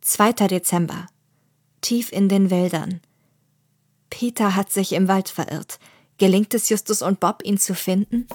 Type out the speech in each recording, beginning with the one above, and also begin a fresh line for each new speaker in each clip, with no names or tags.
2. Dezember. Tief in den Wäldern. Peter hat sich im Wald verirrt. Gelingt es Justus und Bob, ihn zu finden?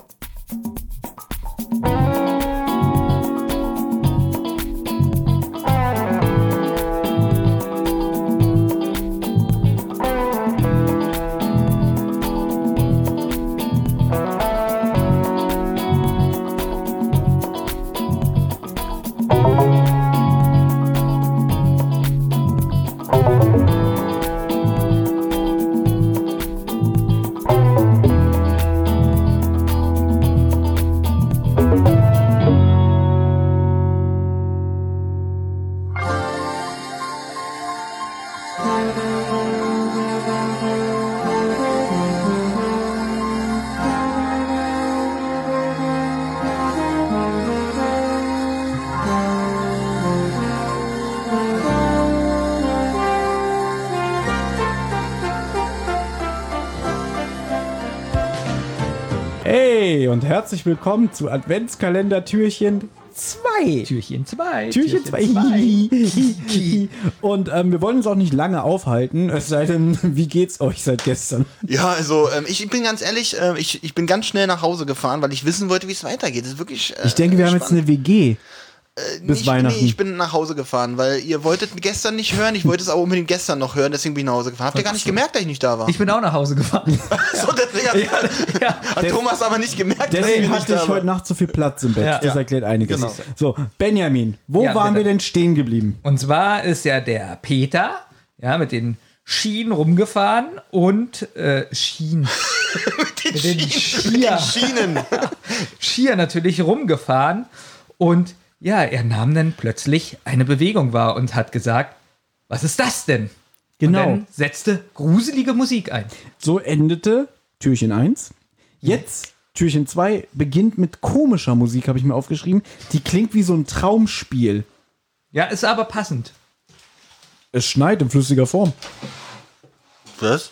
Hey und herzlich willkommen zu Adventskalender-Türchen 2.
Türchen 2.
Türchen 2. Und ähm, wir wollen uns auch nicht lange aufhalten, es sei denn, wie geht's euch seit gestern?
Ja, also ähm, ich bin ganz ehrlich, ähm, ich, ich bin ganz schnell nach Hause gefahren, weil ich wissen wollte, wie es weitergeht. Das ist wirklich. äh,
Ich denke, wir haben jetzt eine
spannend.
WG.
Äh,
bis
ich,
Weihnachten.
Nee, ich bin nach Hause gefahren, weil ihr wolltet gestern nicht hören. Ich wollte es aber unbedingt gestern noch hören, deswegen bin ich nach Hause gefahren. Habt ihr gar nicht gemerkt, dass ich nicht da war?
Ich bin auch nach Hause gefahren.
so, deswegen hat,
ja.
hat Thomas aber nicht gemerkt,
Deswegen
nicht
hatte ich heute Nacht so viel Platz im Bett.
Ja.
Das
Ja.
erklärt einiges.
Genau.
So, Benjamin, wo
Ja,
waren wir
bitte.
denn stehen geblieben?
Und zwar ist ja der Peter, ja, mit den Schienen rumgefahren und äh, Schienen. mit den Skier,
Schienen.
Skier natürlich rumgefahren. Und ja, er nahm dann plötzlich eine Bewegung wahr und hat gesagt, was ist das denn?
Genau.
Und dann setzte gruselige Musik ein.
So endete Türchen 1. Jetzt, Türchen 2, beginnt mit komischer Musik, habe ich mir aufgeschrieben. Die klingt wie so ein Traumspiel.
Ja, ist aber passend.
Es schneit in flüssiger Form.
Was?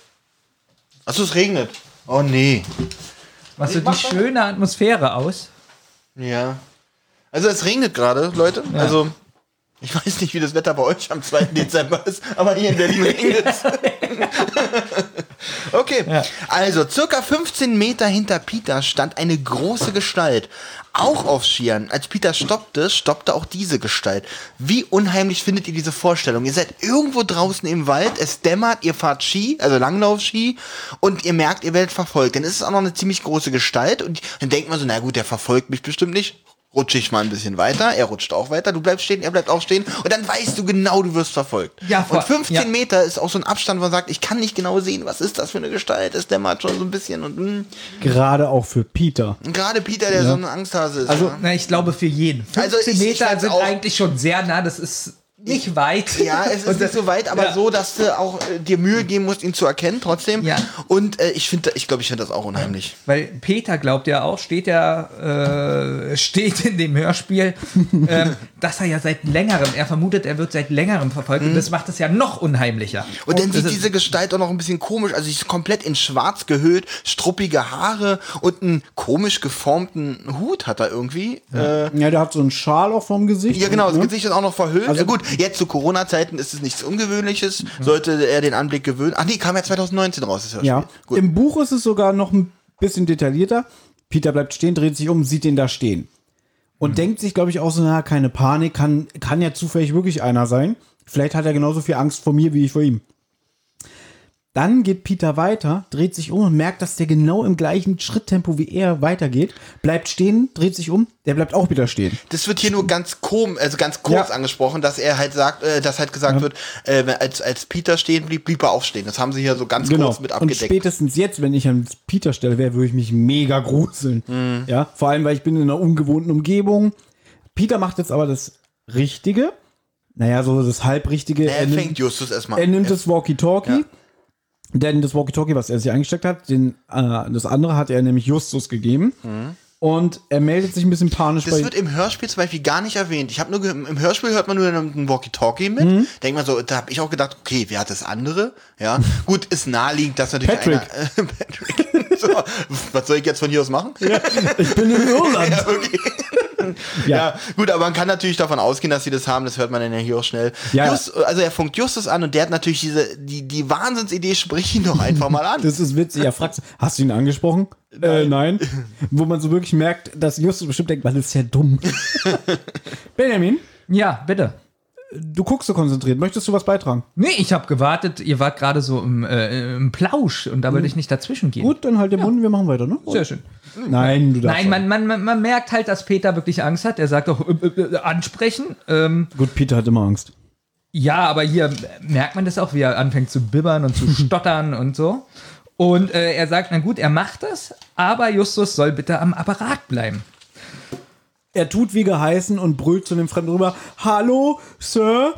Achso, es regnet. Oh nee.
Machst du die schöne Atmosphäre aus?
Ja. Also es regnet gerade, Leute. Also ich weiß nicht, wie das Wetter bei euch am 2. Dezember ist, aber hier in Berlin regnet es. okay. Also circa 15 Meter hinter Peter stand eine große Gestalt. Auch auf Skiern. Als Peter stoppte, stoppte auch diese Gestalt. Wie unheimlich findet ihr diese Vorstellung? Ihr seid irgendwo draußen im Wald, es dämmert, ihr fahrt Ski, also Langlaufski, und ihr merkt, ihr werdet verfolgt. Dann ist es auch noch eine ziemlich große Gestalt und dann denkt man so, na gut, der verfolgt mich bestimmt nicht rutsche ich mal ein bisschen weiter, er rutscht auch weiter, du bleibst stehen, er bleibt auch stehen und dann weißt du genau, du wirst verfolgt.
Ja, vor-
und 15
ja.
Meter ist auch so ein Abstand, wo man sagt, ich kann nicht genau sehen, was ist das für eine Gestalt, es dämmert schon so ein bisschen und, mh.
Gerade auch für Peter.
und gerade Peter, der so eine Angsthase ist. ne?
Also-
ja.
Na, ich glaube für jeden. 15
Also ich- ich
Meter
fand's
sind
auch-
eigentlich schon sehr nah. Das ist nicht weit.
Ja, es ist
Und
nicht
das-
so weit, aber
ja.
so, dass du auch äh, dir Mühe geben musst, ihn zu erkennen trotzdem.
Ja.
Und äh, ich finde, ich glaube, ich finde das auch unheimlich.
Weil Peter glaubt ja auch, steht ja, äh, steht in dem Hörspiel, ähm, dass er ja seit längerem, er vermutet, er wird seit längerem verfolgt und das macht es ja noch unheimlicher.
Mhm. Und dann
Oh, das
sieht
ist-
diese Gestalt auch noch ein bisschen komisch, also sie ist komplett in schwarz gehüllt, struppige Haare und einen komisch geformten Hut hat er irgendwie. Äh,
Ja, der hat so einen Schal auch vom Gesicht.
Ja, genau, das
ne?
Gesicht ist auch noch verhüllt.
Also-
Also gut, jetzt zu Corona-Zeiten ist es nichts Ungewöhnliches. Sollte er den Anblick gewöhnen. Ach nee, kam ja 2019 raus, das Hörspiel.
Ja.
Gut.
Im Buch ist es sogar noch ein bisschen detaillierter. Peter bleibt stehen, dreht sich um, sieht ihn da stehen. Und denkt sich, glaube ich, auch so, na, keine Panik, kann, kann ja zufällig wirklich einer sein. Vielleicht hat er genauso viel Angst vor mir wie ich vor ihm. Dann geht Peter weiter, dreht sich um und merkt, dass der genau im gleichen Schritttempo wie er weitergeht. Bleibt stehen, dreht sich um, der bleibt auch wieder stehen.
Das wird hier nur ganz kom also ganz kurz
Ja.
angesprochen, dass er halt sagt, äh, dass halt gesagt wird, äh, wenn- als, als Peter stehen blieb, blieb er aufstehen. Das haben sie hier so ganz kurz mit
Genau. Und
abgedeckt.
spätestens jetzt, wenn ich an Peter Stelle wäre, würde ich mich mega gruseln.
Mhm.
Ja, vor allem, weil ich bin in einer ungewohnten Umgebung. Peter macht jetzt aber das Richtige. Naja, so das Halbrichtige.
er fängt Justus erstmal
Er
an.
nimmt das Walkie-Talkie.
Ja.
Denn das Walkie-Talkie, was er sich eingesteckt hat, den, äh, das andere hat er nämlich Justus gegeben. Und er meldet sich ein bisschen panisch
Mhm. Das
bei
wird im Hörspiel zum Beispiel gar nicht erwähnt. Ich habe nur ge- im Hörspiel hört man nur einen Walkie-Talkie mit.
Mhm.
Denkt man so, da habe ich auch gedacht, okay, wer hat das andere? Ja, gut, ist naheliegend, dass natürlich
Patrick.
einer. Patrick. so, was soll ich jetzt von hier aus machen?
Ich bin in Irland.
Ja, okay. ja. gut, aber man kann natürlich davon ausgehen, dass sie das haben, das hört man dann ja hier auch schnell.
Ja.
Just, also er funkt Justus an und der hat natürlich diese, die, die Wahnsinnsidee, sprich ihn doch einfach mal an.
Das ist witzig. Er fragt, hast du ihn angesprochen? Nein. Äh, nein. Wo man so wirklich merkt, dass Justus bestimmt denkt, man ist ja dumm. Benjamin,
Ja, bitte.
du guckst so konzentriert. Möchtest du was beitragen?
Nee, ich habe gewartet. Ihr wart gerade so im, äh, im Plausch und da
Mhm.
wollte ich nicht dazwischen gehen.
Gut, dann halt den Mund, wir machen weiter, ne?
Sehr schön.
Nein, du darfst.
Nein, man, man, man, man merkt halt, dass Peter wirklich Angst hat. Er sagt auch, äh, äh, äh, ansprechen. Ähm,
Gut, Peter hat immer Angst.
ja, aber hier merkt man das auch, wie er anfängt zu bibbern und zu stottern und so. Und äh, er sagt, na gut, er macht das, aber Justus soll bitte am Apparat bleiben.
Er tut wie geheißen und brüllt zu dem Fremden rüber. Hallo, Sir,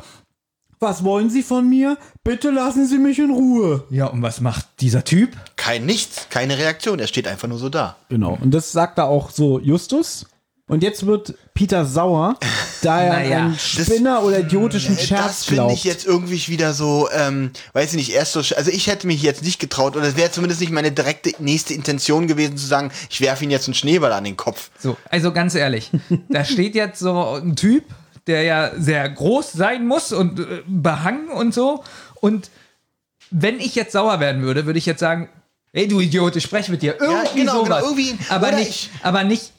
was wollen Sie von mir? Bitte lassen Sie mich in Ruhe.
Ja, und was macht dieser Typ?
Kein Nichts, keine Reaktion, er steht einfach nur so da.
Genau. Und das sagt da auch so Justus. Und jetzt wird Peter sauer, da er
Naja,
an einen
das- Äh,
Spinner oder idiotischen
Äh, Das
Scherz
finde ich
glaubt.
jetzt irgendwie wieder so, ähm, weiß ich nicht, erst so, sch- also ich hätte mich jetzt nicht getraut oder es wäre zumindest nicht meine direkte nächste Intention gewesen zu sagen, ich werfe ihn jetzt einen Schneeball an den Kopf.
So, also ganz ehrlich, da steht jetzt so ein Typ, der ja sehr groß sein muss und äh, behangen und so. Und wenn ich jetzt sauer werden würde, würde ich jetzt sagen, hey du Idiot, ich spreche mit dir. Irgendwie
genau, genau,
sowas.
irgendwie-
aber,
oder
nicht,
ich-
aber nicht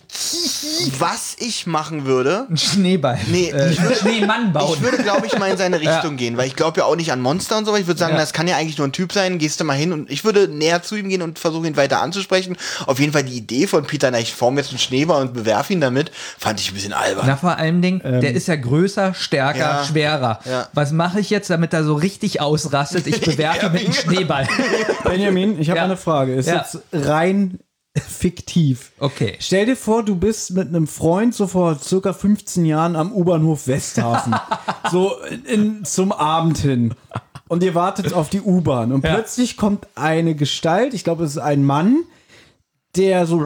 Was ich machen würde,
einen Schneeball.
Nee,
äh,
ich
Schneemann bauen.
ich würde, glaube ich, mal in seine Richtung gehen, weil ich glaube ja auch nicht an Monster und so, weil ich würde sagen,
Ja.
das kann ja eigentlich nur ein Typ sein, gehst du mal hin und ich würde näher zu ihm gehen und versuchen, ihn weiter anzusprechen. Auf jeden Fall die Idee von Peter, na, ich forme jetzt einen Schneeball und bewerfe ihn damit, fand ich ein bisschen albern.
Na, vor allen Dingen,
Ähm,
der ist ja größer, stärker,
Ja.
schwerer.
Ja.
Was mache ich jetzt, damit er so richtig ausrastet? Ich bewerfe mit einem Schneeball.
Benjamin, ich habe
Ja.
eine Frage. Ist
Ja.
jetzt rein fiktiv.
Okay.
Stell dir vor, du bist mit einem Freund so vor circa 15 Jahren am U-Bahnhof Westhafen. so in, zum Abend hin. Und ihr wartet auf die U-Bahn. Und
Ja.
plötzlich kommt eine Gestalt, ich glaube, es ist ein Mann, der so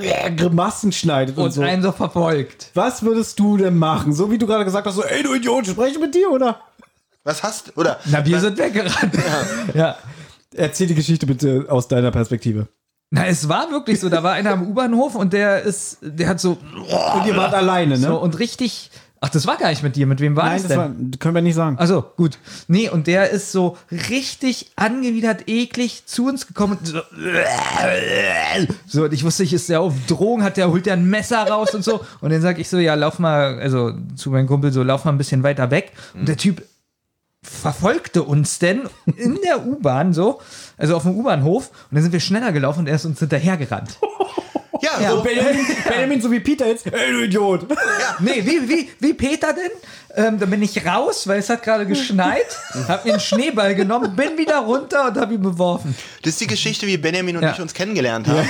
Grimassen schneidet und,
Und
so.
einen so verfolgt.
Was würdest du denn machen? So wie du gerade gesagt hast, so, ey du Idiot, spreche mit dir, oder?
Was hast du? Oder?
Na, wir sind weggerannt. ja.
Erzähl die Geschichte bitte aus deiner Perspektive.
Na, es war wirklich so. Da war einer am U-Bahnhof und der ist, der hat so,
Und ihr wart alleine, ne?
so und richtig. Ach, das war gar nicht mit dir. Mit wem war
Nein,
das
das
denn?
war, können wir nicht sagen.
also gut. Nee, und der ist so richtig angewidert, eklig zu uns gekommen. Und so, so, und ich wusste, ich ist ja auf Drogen, hat der, holt der ein Messer raus und so. Und dann sag ich so, ja, lauf mal, also zu meinem Kumpel so, lauf mal ein bisschen weiter weg. Und der Typ verfolgte uns denn in der U-Bahn so, also auf dem U-Bahnhof. Und dann sind wir schneller gelaufen und er ist uns hinterhergerannt.
Ja,
Ja.
so.
Also Benjamin, Benjamin, so wie Peter jetzt, ey du Idiot.
Nee, wie, wie, wie Peter denn? Ähm, dann bin ich raus, weil es hat gerade geschneit, hab mir einen Schneeball genommen, bin wieder runter und hab ihn beworfen.
Das ist die Geschichte, wie Benjamin und
Ja.
ich uns kennengelernt haben.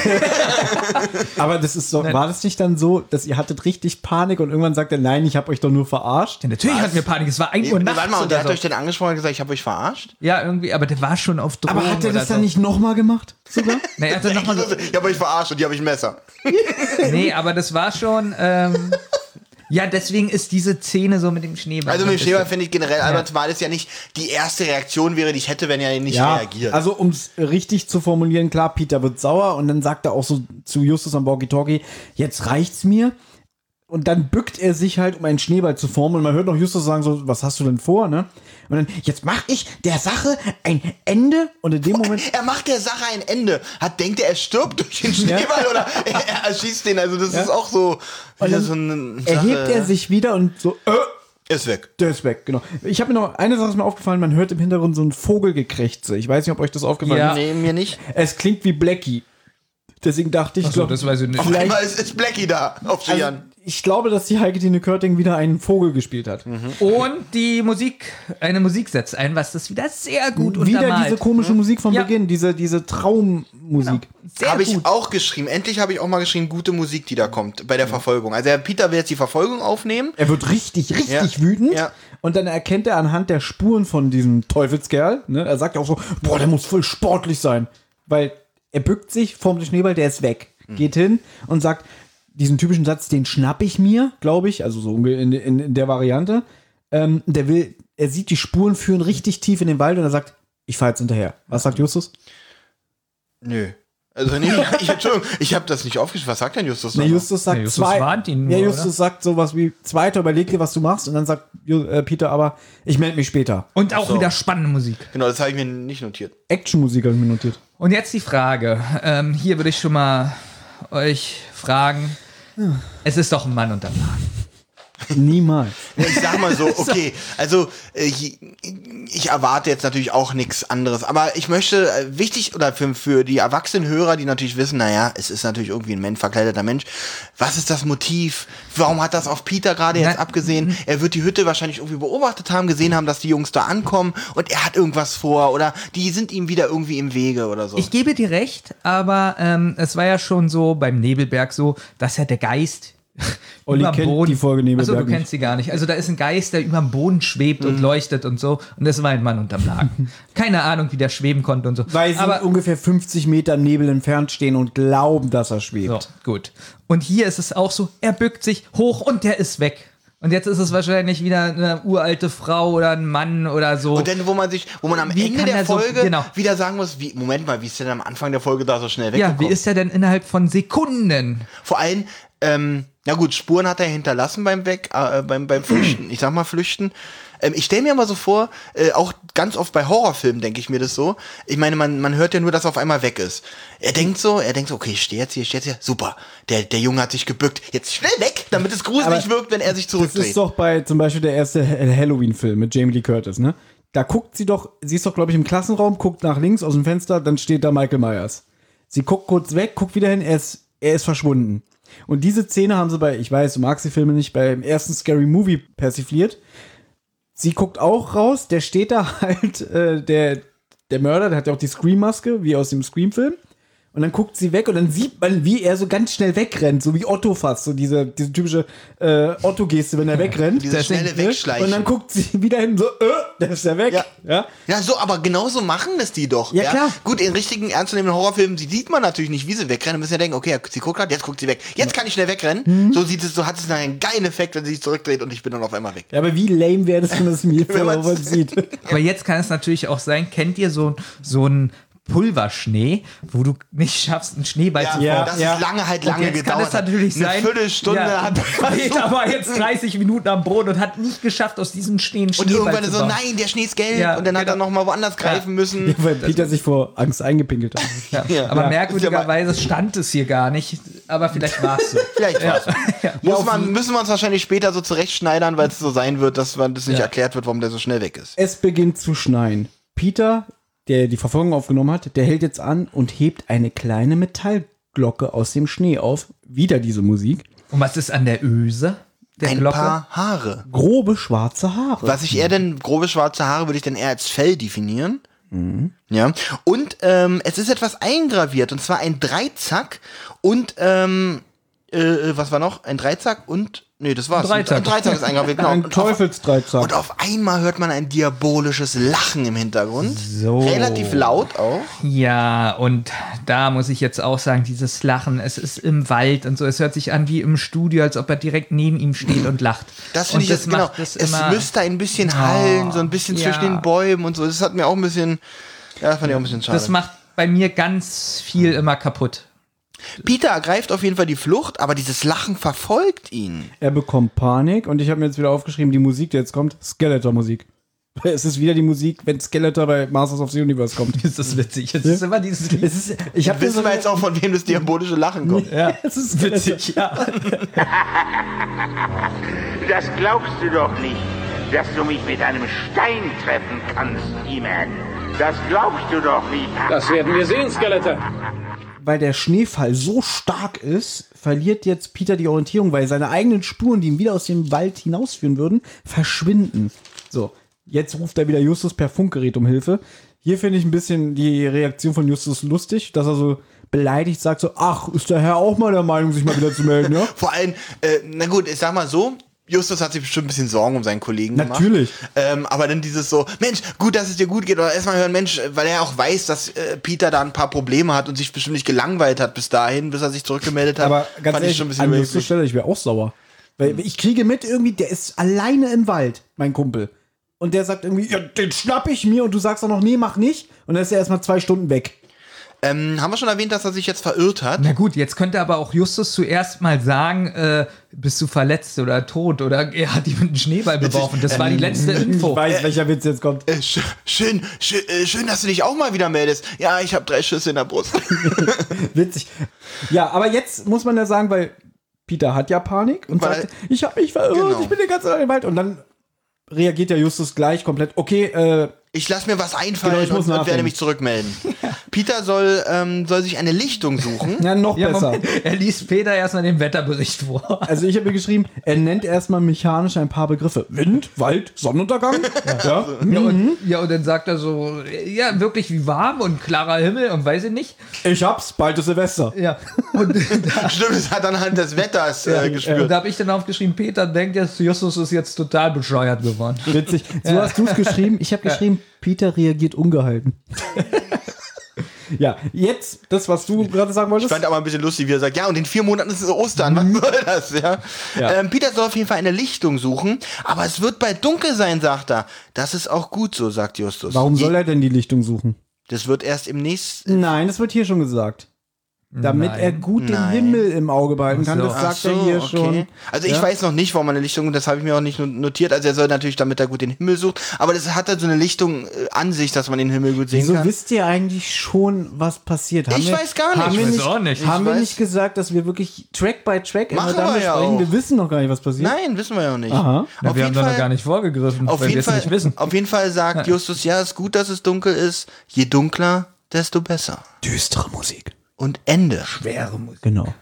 Aber das ist so, war das nicht dann so, dass ihr hattet richtig Panik und irgendwann sagt er, nein, ich habe euch doch nur verarscht?
Ja, natürlich hatten wir Panik, es war 1
Nee,
Uhr
nee,
nachts.
warte mal, und der
oder
hat
so.
euch denn angesprochen und gesagt, ich habe euch verarscht?
ja, irgendwie, aber der war schon auf Drogen.
Aber hat er
oder
das
so.
dann nicht nochmal gemacht? Sogar?
Na, er hatte noch mal so,
Ich habe euch verarscht und die habe ich ein Messer.
nee, aber das war schon. Ähm, ja, deswegen ist diese Szene so mit dem Schneeball.
Also mit dem Schneeball finde ich generell albern, zumal es ja nicht die erste Reaktion wäre, die ich hätte, wenn er nicht reagiert.
also um es richtig zu formulieren, klar, Peter wird sauer und dann sagt er auch so zu Justus am Walkie-Talkie, jetzt reicht's mir. Und dann bückt er sich halt, um einen Schneeball zu formen. Und man hört noch Justus sagen so, was hast du denn vor, ne? Und dann, jetzt mach ich der Sache ein Ende. Und in dem Moment
er macht der Sache ein Ende. Hat, denkt er, er stirbt durch den Schneeball oder er, er erschießt den. Also das ist auch so, wieder so eine Sache.
erhebt er sich wieder und so, äh,
Ist weg.
der ist weg, genau. Ich habe mir noch, eine Sache ist mir aufgefallen, man hört im Hintergrund so ein Vogelgekrächze. Ich weiß nicht, ob euch das aufgefallen
Ja.
ist.
Nee, mir nicht.
Es klingt wie Blackie. Deswegen dachte ich,
so,
glaub-
das weiß ich nicht.
vielleicht-
Einmal ist, ist Blackie da auf
Also,
Gian.
ich glaube, dass die Heike Dine Körting wieder einen Vogel gespielt hat.
Mhm.
Und die Musik, eine Musik setzt ein, was das wieder sehr gut
wieder
untermalt. Mhm.
diese komische Musik von
Ja. Genau.
Beginn, diese, diese Traummusik.
sehr
habe ich
gut.
auch geschrieben. Endlich habe ich auch mal geschrieben, gute Musik, die da kommt bei der Verfolgung. Also Herr Peter will jetzt die Verfolgung aufnehmen.
Er wird richtig, richtig
Ja.
wütend.
Ja.
Und dann erkennt er anhand der Spuren von diesem Teufelskerl, ne, er sagt auch so, boah, der muss voll sportlich sein. Weil er bückt sich, formt den Schneeball, der ist weg.
Mhm.
Geht hin und sagt diesen typischen Satz, den schnapp ich mir, glaube ich, also so unge- in, in, in der Variante. Ähm, der will, er sieht, die Spuren führen richtig tief in den Wald und er sagt, ich fahr jetzt hinterher. Was sagt Justus?
Nö. Also, nee, ich, Entschuldigung, ich habe das nicht aufgeschrieben. Was sagt denn Justus?
Nee,
noch?
Justus sagt
Ja, Justus
zwei.
warnt ihn
ja,
nur,
Justus
oder?
sagt sowas wie zweiter, überleg dir, was du machst, und dann sagt Ju- äh, Peter aber, ich melde mich später.
Und auch
so.
wieder spannende Musik.
genau, das habe ich mir nicht notiert.
Actionmusik habe ich mir notiert.
Und jetzt die Frage. Ähm, hier würde ich schon mal euch fragen. Es ist doch ein Mann unter Mann.
Niemals.
Ich sag mal so, okay, also äh, ich, ich erwarte jetzt natürlich auch nichts anderes, aber ich möchte, äh, wichtig oder für, für die erwachsenen Hörer, die natürlich wissen, naja, es ist natürlich irgendwie ein Mensch, verkleideter Mensch, was ist das Motiv? Warum hat das auf Peter gerade jetzt
Na-
abgesehen? Er wird die Hütte wahrscheinlich irgendwie beobachtet haben, gesehen haben, dass die Jungs da ankommen und er hat irgendwas vor oder die sind ihm wieder irgendwie im Wege oder so.
Ich gebe dir recht, aber ähm, es war ja schon so beim Nebelberg so, dass ja der Geist
Olli
überm
kennt die Folge Nebelberg
Achso, du
nicht. Mhm.
kennst sie gar nicht. Also da ist ein Geist, der überm Boden schwebt und leuchtet und so. Und das war ein Mann unterm Laken. Keine Ahnung, wie der schweben konnte und so.
Weil sie um-
aber,
ungefähr 50 Meter im Nebel entfernt stehen und glauben, dass er schwebt.
So, gut. Und hier ist es auch so, er bückt sich hoch und der ist weg. Und jetzt ist es wahrscheinlich wieder eine uralte Frau oder ein Mann oder so.
Und dann, wo man sich, wo man am
Wie
Ende
kann
der
er so-
Folge
genau.
wieder sagen muss, wie, Moment mal, wie ist denn am Anfang der Folge da so schnell weggekommen?
ja, wie ist er denn innerhalb von Sekunden?
Vor allem, ähm, na gut, Spuren hat er hinterlassen beim Weg, äh, beim, beim Flüchten, ich sag mal Flüchten. Ähm, ich stelle mir mal so vor, äh, auch ganz oft bei Horrorfilmen denke ich mir das so. Ich meine, man, man hört ja nur, dass er auf einmal weg ist. Er denkt so, er denkt so, okay, ich stehe jetzt hier, ich stehe jetzt hier, super, der, der Junge hat sich gebückt, jetzt schnell weg, damit es gruselig
Aber
wirkt, wenn er sich
Das
zurückdreht.
ist doch bei zum Beispiel der erste Ha- Halloween-Film mit Jamie Lee Curtis, ne? Da guckt sie doch, sie ist doch, glaube ich, im Klassenraum, guckt nach links aus dem Fenster, dann steht da Michael Myers. Sie guckt kurz weg, guckt wieder hin, er ist, er ist verschwunden. Und diese Szene haben sie bei, ich weiß, du magst die Filme nicht, beim ersten Scary Movie persifliert. Sie guckt auch raus, der steht da halt, äh, der, der Mörder, der hat ja auch die Scream-Maske, wie aus dem Scream-Film. Und dann guckt sie weg und dann sieht man, wie er so ganz schnell wegrennt, so wie Otto fast, so diese, diese typische äh, Otto-Geste, wenn er wegrennt.
Dieses schnelle
Ne?
Wegschleichen.
Und dann guckt sie wieder hin, so, äh, da ist er weg.
Ja.
Ja. ja.
Ja, so, aber genauso machen das die doch.
Ja, klar.
Gut, in richtigen, ernstzunehmenden Horrorfilmen sie sieht man natürlich nicht, wie sie wegrennen. Da müssen ja denken, okay, ja, sie guckt gerade, jetzt guckt sie weg. Jetzt kann ich schnell wegrennen.
Mhm.
So sieht es, so hat es einen geilen Effekt, wenn sie sich zurückdreht und ich bin dann auf einmal weg.
aber wie lame wäre das, wenn das mir
man's-
man sieht.
Aber jetzt kann es natürlich auch sein, kennt ihr so, so einen Pulverschnee, wo du nicht schaffst, einen Schneeball
Ja,
zu formen?
das
ja.
ist lange halt
Und
lange
jetzt
gedauert.
kann es natürlich
Eine
sein.
Viertelstunde
ja,
hat
steht aber jetzt 30 Minuten am Boden und hat nicht geschafft, aus diesem Schnee einen
Und
Schneeball
irgendwann
zu
so,
bauen.
nein, der Schnee ist gelb.
Ja,
und dann hat er
genau.
nochmal woanders greifen müssen.
Weil Peter sich vor Angst eingepinkelt hat.
Ja.
Ja.
Aber
Ja.
merkwürdigerweise stand es hier gar nicht. Aber vielleicht war es so.
Vielleicht war's. Muss man, müssen wir uns wahrscheinlich später so zurechtschneidern, weil es so sein wird, dass man das nicht
Ja.
erklärt wird, warum der so schnell weg ist.
Es beginnt zu schneien. Peter, der die Verfolgung aufgenommen hat, der hält jetzt an und hebt eine kleine Metallglocke aus dem Schnee auf. Wieder diese Musik.
Und was ist an der Öse? Der
Ein
Glocke?
paar Haare.
Grobe schwarze Haare.
Was ich eher denn, grobe schwarze Haare würde ich dann eher als Fell definieren.
Mhm.
Ja. Und ähm, es ist etwas eingraviert, und zwar ein Dreizack und ähm, äh, was war noch? Ein Dreizack und. Nee, das war's.
Dreizack.
Ein Dreizack ist eingraviert, genau.
Ein
Und auf- Und
Teufelsdreizack.
auf einmal hört man ein diabolisches Lachen im Hintergrund.
So.
Relativ laut auch.
Ja, und da muss ich jetzt auch sagen, dieses Lachen, es ist im Wald und so, es hört sich an wie im Studio, als ob er direkt neben ihm steht und lacht.
Das finde
Und
ich jetzt genau.
macht das
Es
immer-
müsste ein bisschen hallen, so ein bisschen
ja.
zwischen den Bäumen und so. Das hat mir auch ein bisschen. Ja, das fand ich auch ein bisschen schade.
Das macht bei mir ganz viel immer kaputt.
Peter ergreift auf jeden Fall die Flucht, aber dieses Lachen verfolgt ihn.
Er bekommt Panik und ich habe mir jetzt wieder aufgeschrieben, die Musik, die jetzt kommt, Skeletor-Musik. Es ist wieder die Musik, wenn Skeletor bei Masters of the Universe kommt.
Ist das witzig? Es ist immer dieses Lied.
Es ist, ich habe
Wissen wir jetzt auch, von wem das diabolische Lachen kommt.
Ja,
Es ist witzig,
ja.
Das glaubst du doch nicht, dass du mich mit einem Stein treffen kannst, E-Man. Das glaubst du doch nicht.
Das werden wir sehen, Skeletor.
weil der Schneefall so stark ist, verliert jetzt Peter die Orientierung, weil seine eigenen Spuren, die ihn wieder aus dem Wald hinausführen würden, verschwinden. So, jetzt ruft er wieder Justus per Funkgerät um Hilfe. Hier finde ich ein bisschen die Reaktion von Justus lustig, dass er so beleidigt sagt so, ach, ist der Herr auch mal der Meinung, sich mal wieder zu melden, ja?
Vor allem, äh, na gut, ich sag mal so. Justus hat sich bestimmt ein bisschen Sorgen um seinen Kollegen gemacht.
Natürlich.
Ähm, aber dann dieses so, Mensch, gut, dass es dir gut geht. Oder erstmal hören, Mensch, äh, weil er auch weiß, dass äh, Peter da ein paar Probleme hat und sich bestimmt nicht gelangweilt hat bis dahin, bis er sich zurückgemeldet hat.
Aber ganz
fand
ehrlich,
ich schon ein bisschen
an Justus
überheblich.
Stelle, ich wäre auch sauer. Weil ich kriege mit irgendwie, der ist alleine im Wald, mein Kumpel. Und der sagt irgendwie, ja, den schnapp ich mir. Und du sagst auch noch, nee, mach nicht. Und dann ist er erstmal zwei Stunden weg.
Ähm, haben wir schon erwähnt, dass er sich jetzt verirrt hat?
Na gut, jetzt könnte aber auch Justus zuerst mal sagen, äh, bist du verletzt oder tot oder er hat ihm einen Schneeball beworfen. Das
Ähm,
war die letzte
Ich
Info.
weiß, welcher Witz jetzt kommt.
Äh, sch- Schön, schön, äh, schön, dass du dich auch mal wieder meldest. Ja, ich habe drei Schüsse in der Brust.
Witzig. Ja, aber jetzt muss man ja sagen, weil Peter hat ja Panik und
Weil-
sagt, ich habe mich verirrt,
Genau.
ich bin den ganzen Tag im Wald. Und dann reagiert ja Justus gleich komplett, okay, äh,
Ich lasse mir was einfallen
Genau, ich muss
und, und
nachdenken.
werde mich zurückmelden. Peter soll, ähm, soll sich eine Lichtung suchen.
na, noch
Ja,
besser.
Moment. Er liest Peter erstmal den Wetterbericht vor.
Also ich habe mir geschrieben, er nennt erstmal mechanisch ein paar Begriffe. Wind, Wald, Sonnenuntergang. Ja.
Ja und, ja, und dann sagt er so, ja, wirklich wie warm und klarer Himmel und weiß ich nicht.
Ich hab's, bald ist Silvester.
Ja. Und da,
Stimmt, das hat er anhand des Wetters äh,
und
gespürt.
da habe ich dann aufgeschrieben, Peter denkt jetzt, Justus ist jetzt total bescheuert geworden.
Witzig. So hast du es geschrieben. Ich habe geschrieben, Peter reagiert ungehalten. ja, jetzt das, was du gerade sagen
Ich
wolltest.
fand aber ein bisschen lustig, wie er sagt, ja, und in vier Monaten ist es Ostern, was soll das, ja?
Mhm. Ja.
Ähm, Peter soll auf jeden Fall eine Lichtung suchen, aber es wird bald dunkel sein, sagt er. Das ist auch gut so, sagt Justus.
Warum soll er denn die Lichtung suchen?
Das wird erst im nächsten...
Nein, das wird hier schon gesagt. Damit er gut den
Nein.
Himmel im Auge behalten kann,
so.
das
Ach
sagt
so,
er hier
okay.
schon.
Also ich weiß noch nicht, warum er eine Lichtung, das habe ich mir auch nicht no- notiert. Also er soll natürlich, damit er gut den Himmel sucht, aber das hat er so eine Lichtung äh, an sich, dass man den Himmel gut sehen
Wieso
kann.
wisst ihr eigentlich schon, was passiert?
Ich weiß gar nicht.
Haben wir
Ich weiß
nicht,
auch nicht.
Haben
Ich
wir
weiß-
nicht gesagt, dass wir wirklich Track by Track
Machen
dann
wir ja auch.
Wir wissen noch gar nicht, was passiert.
Nein, wissen wir ja nicht.
Aha.
Na, wir haben da noch gar
nicht.
nicht vorgegriffen,
Auf
weil wir
jeden,
es
Fall,
nicht wissen.
auf jeden Fall sagt Justus, ja, ist gut, dass es dunkel ist. Je dunkler, desto besser.
Düstere Musik.
Und Ende.
Schwere Musik.
Genau.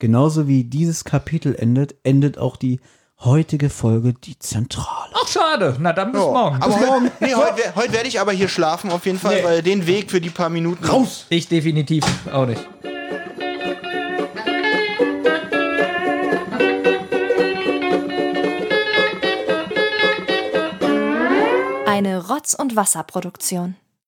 Genauso wie dieses Kapitel endet, endet auch die heutige Folge, die Zentrale.
Ach, schade. Na, dann bis
Ja.
morgen.
Aber heute, nee, heute, wer- heute werde ich aber hier schlafen, auf jeden Fall, weil den Weg für die paar Minuten.
Raus!
ich definitiv auch nicht.
Eine Rotz- und Wasserproduktion.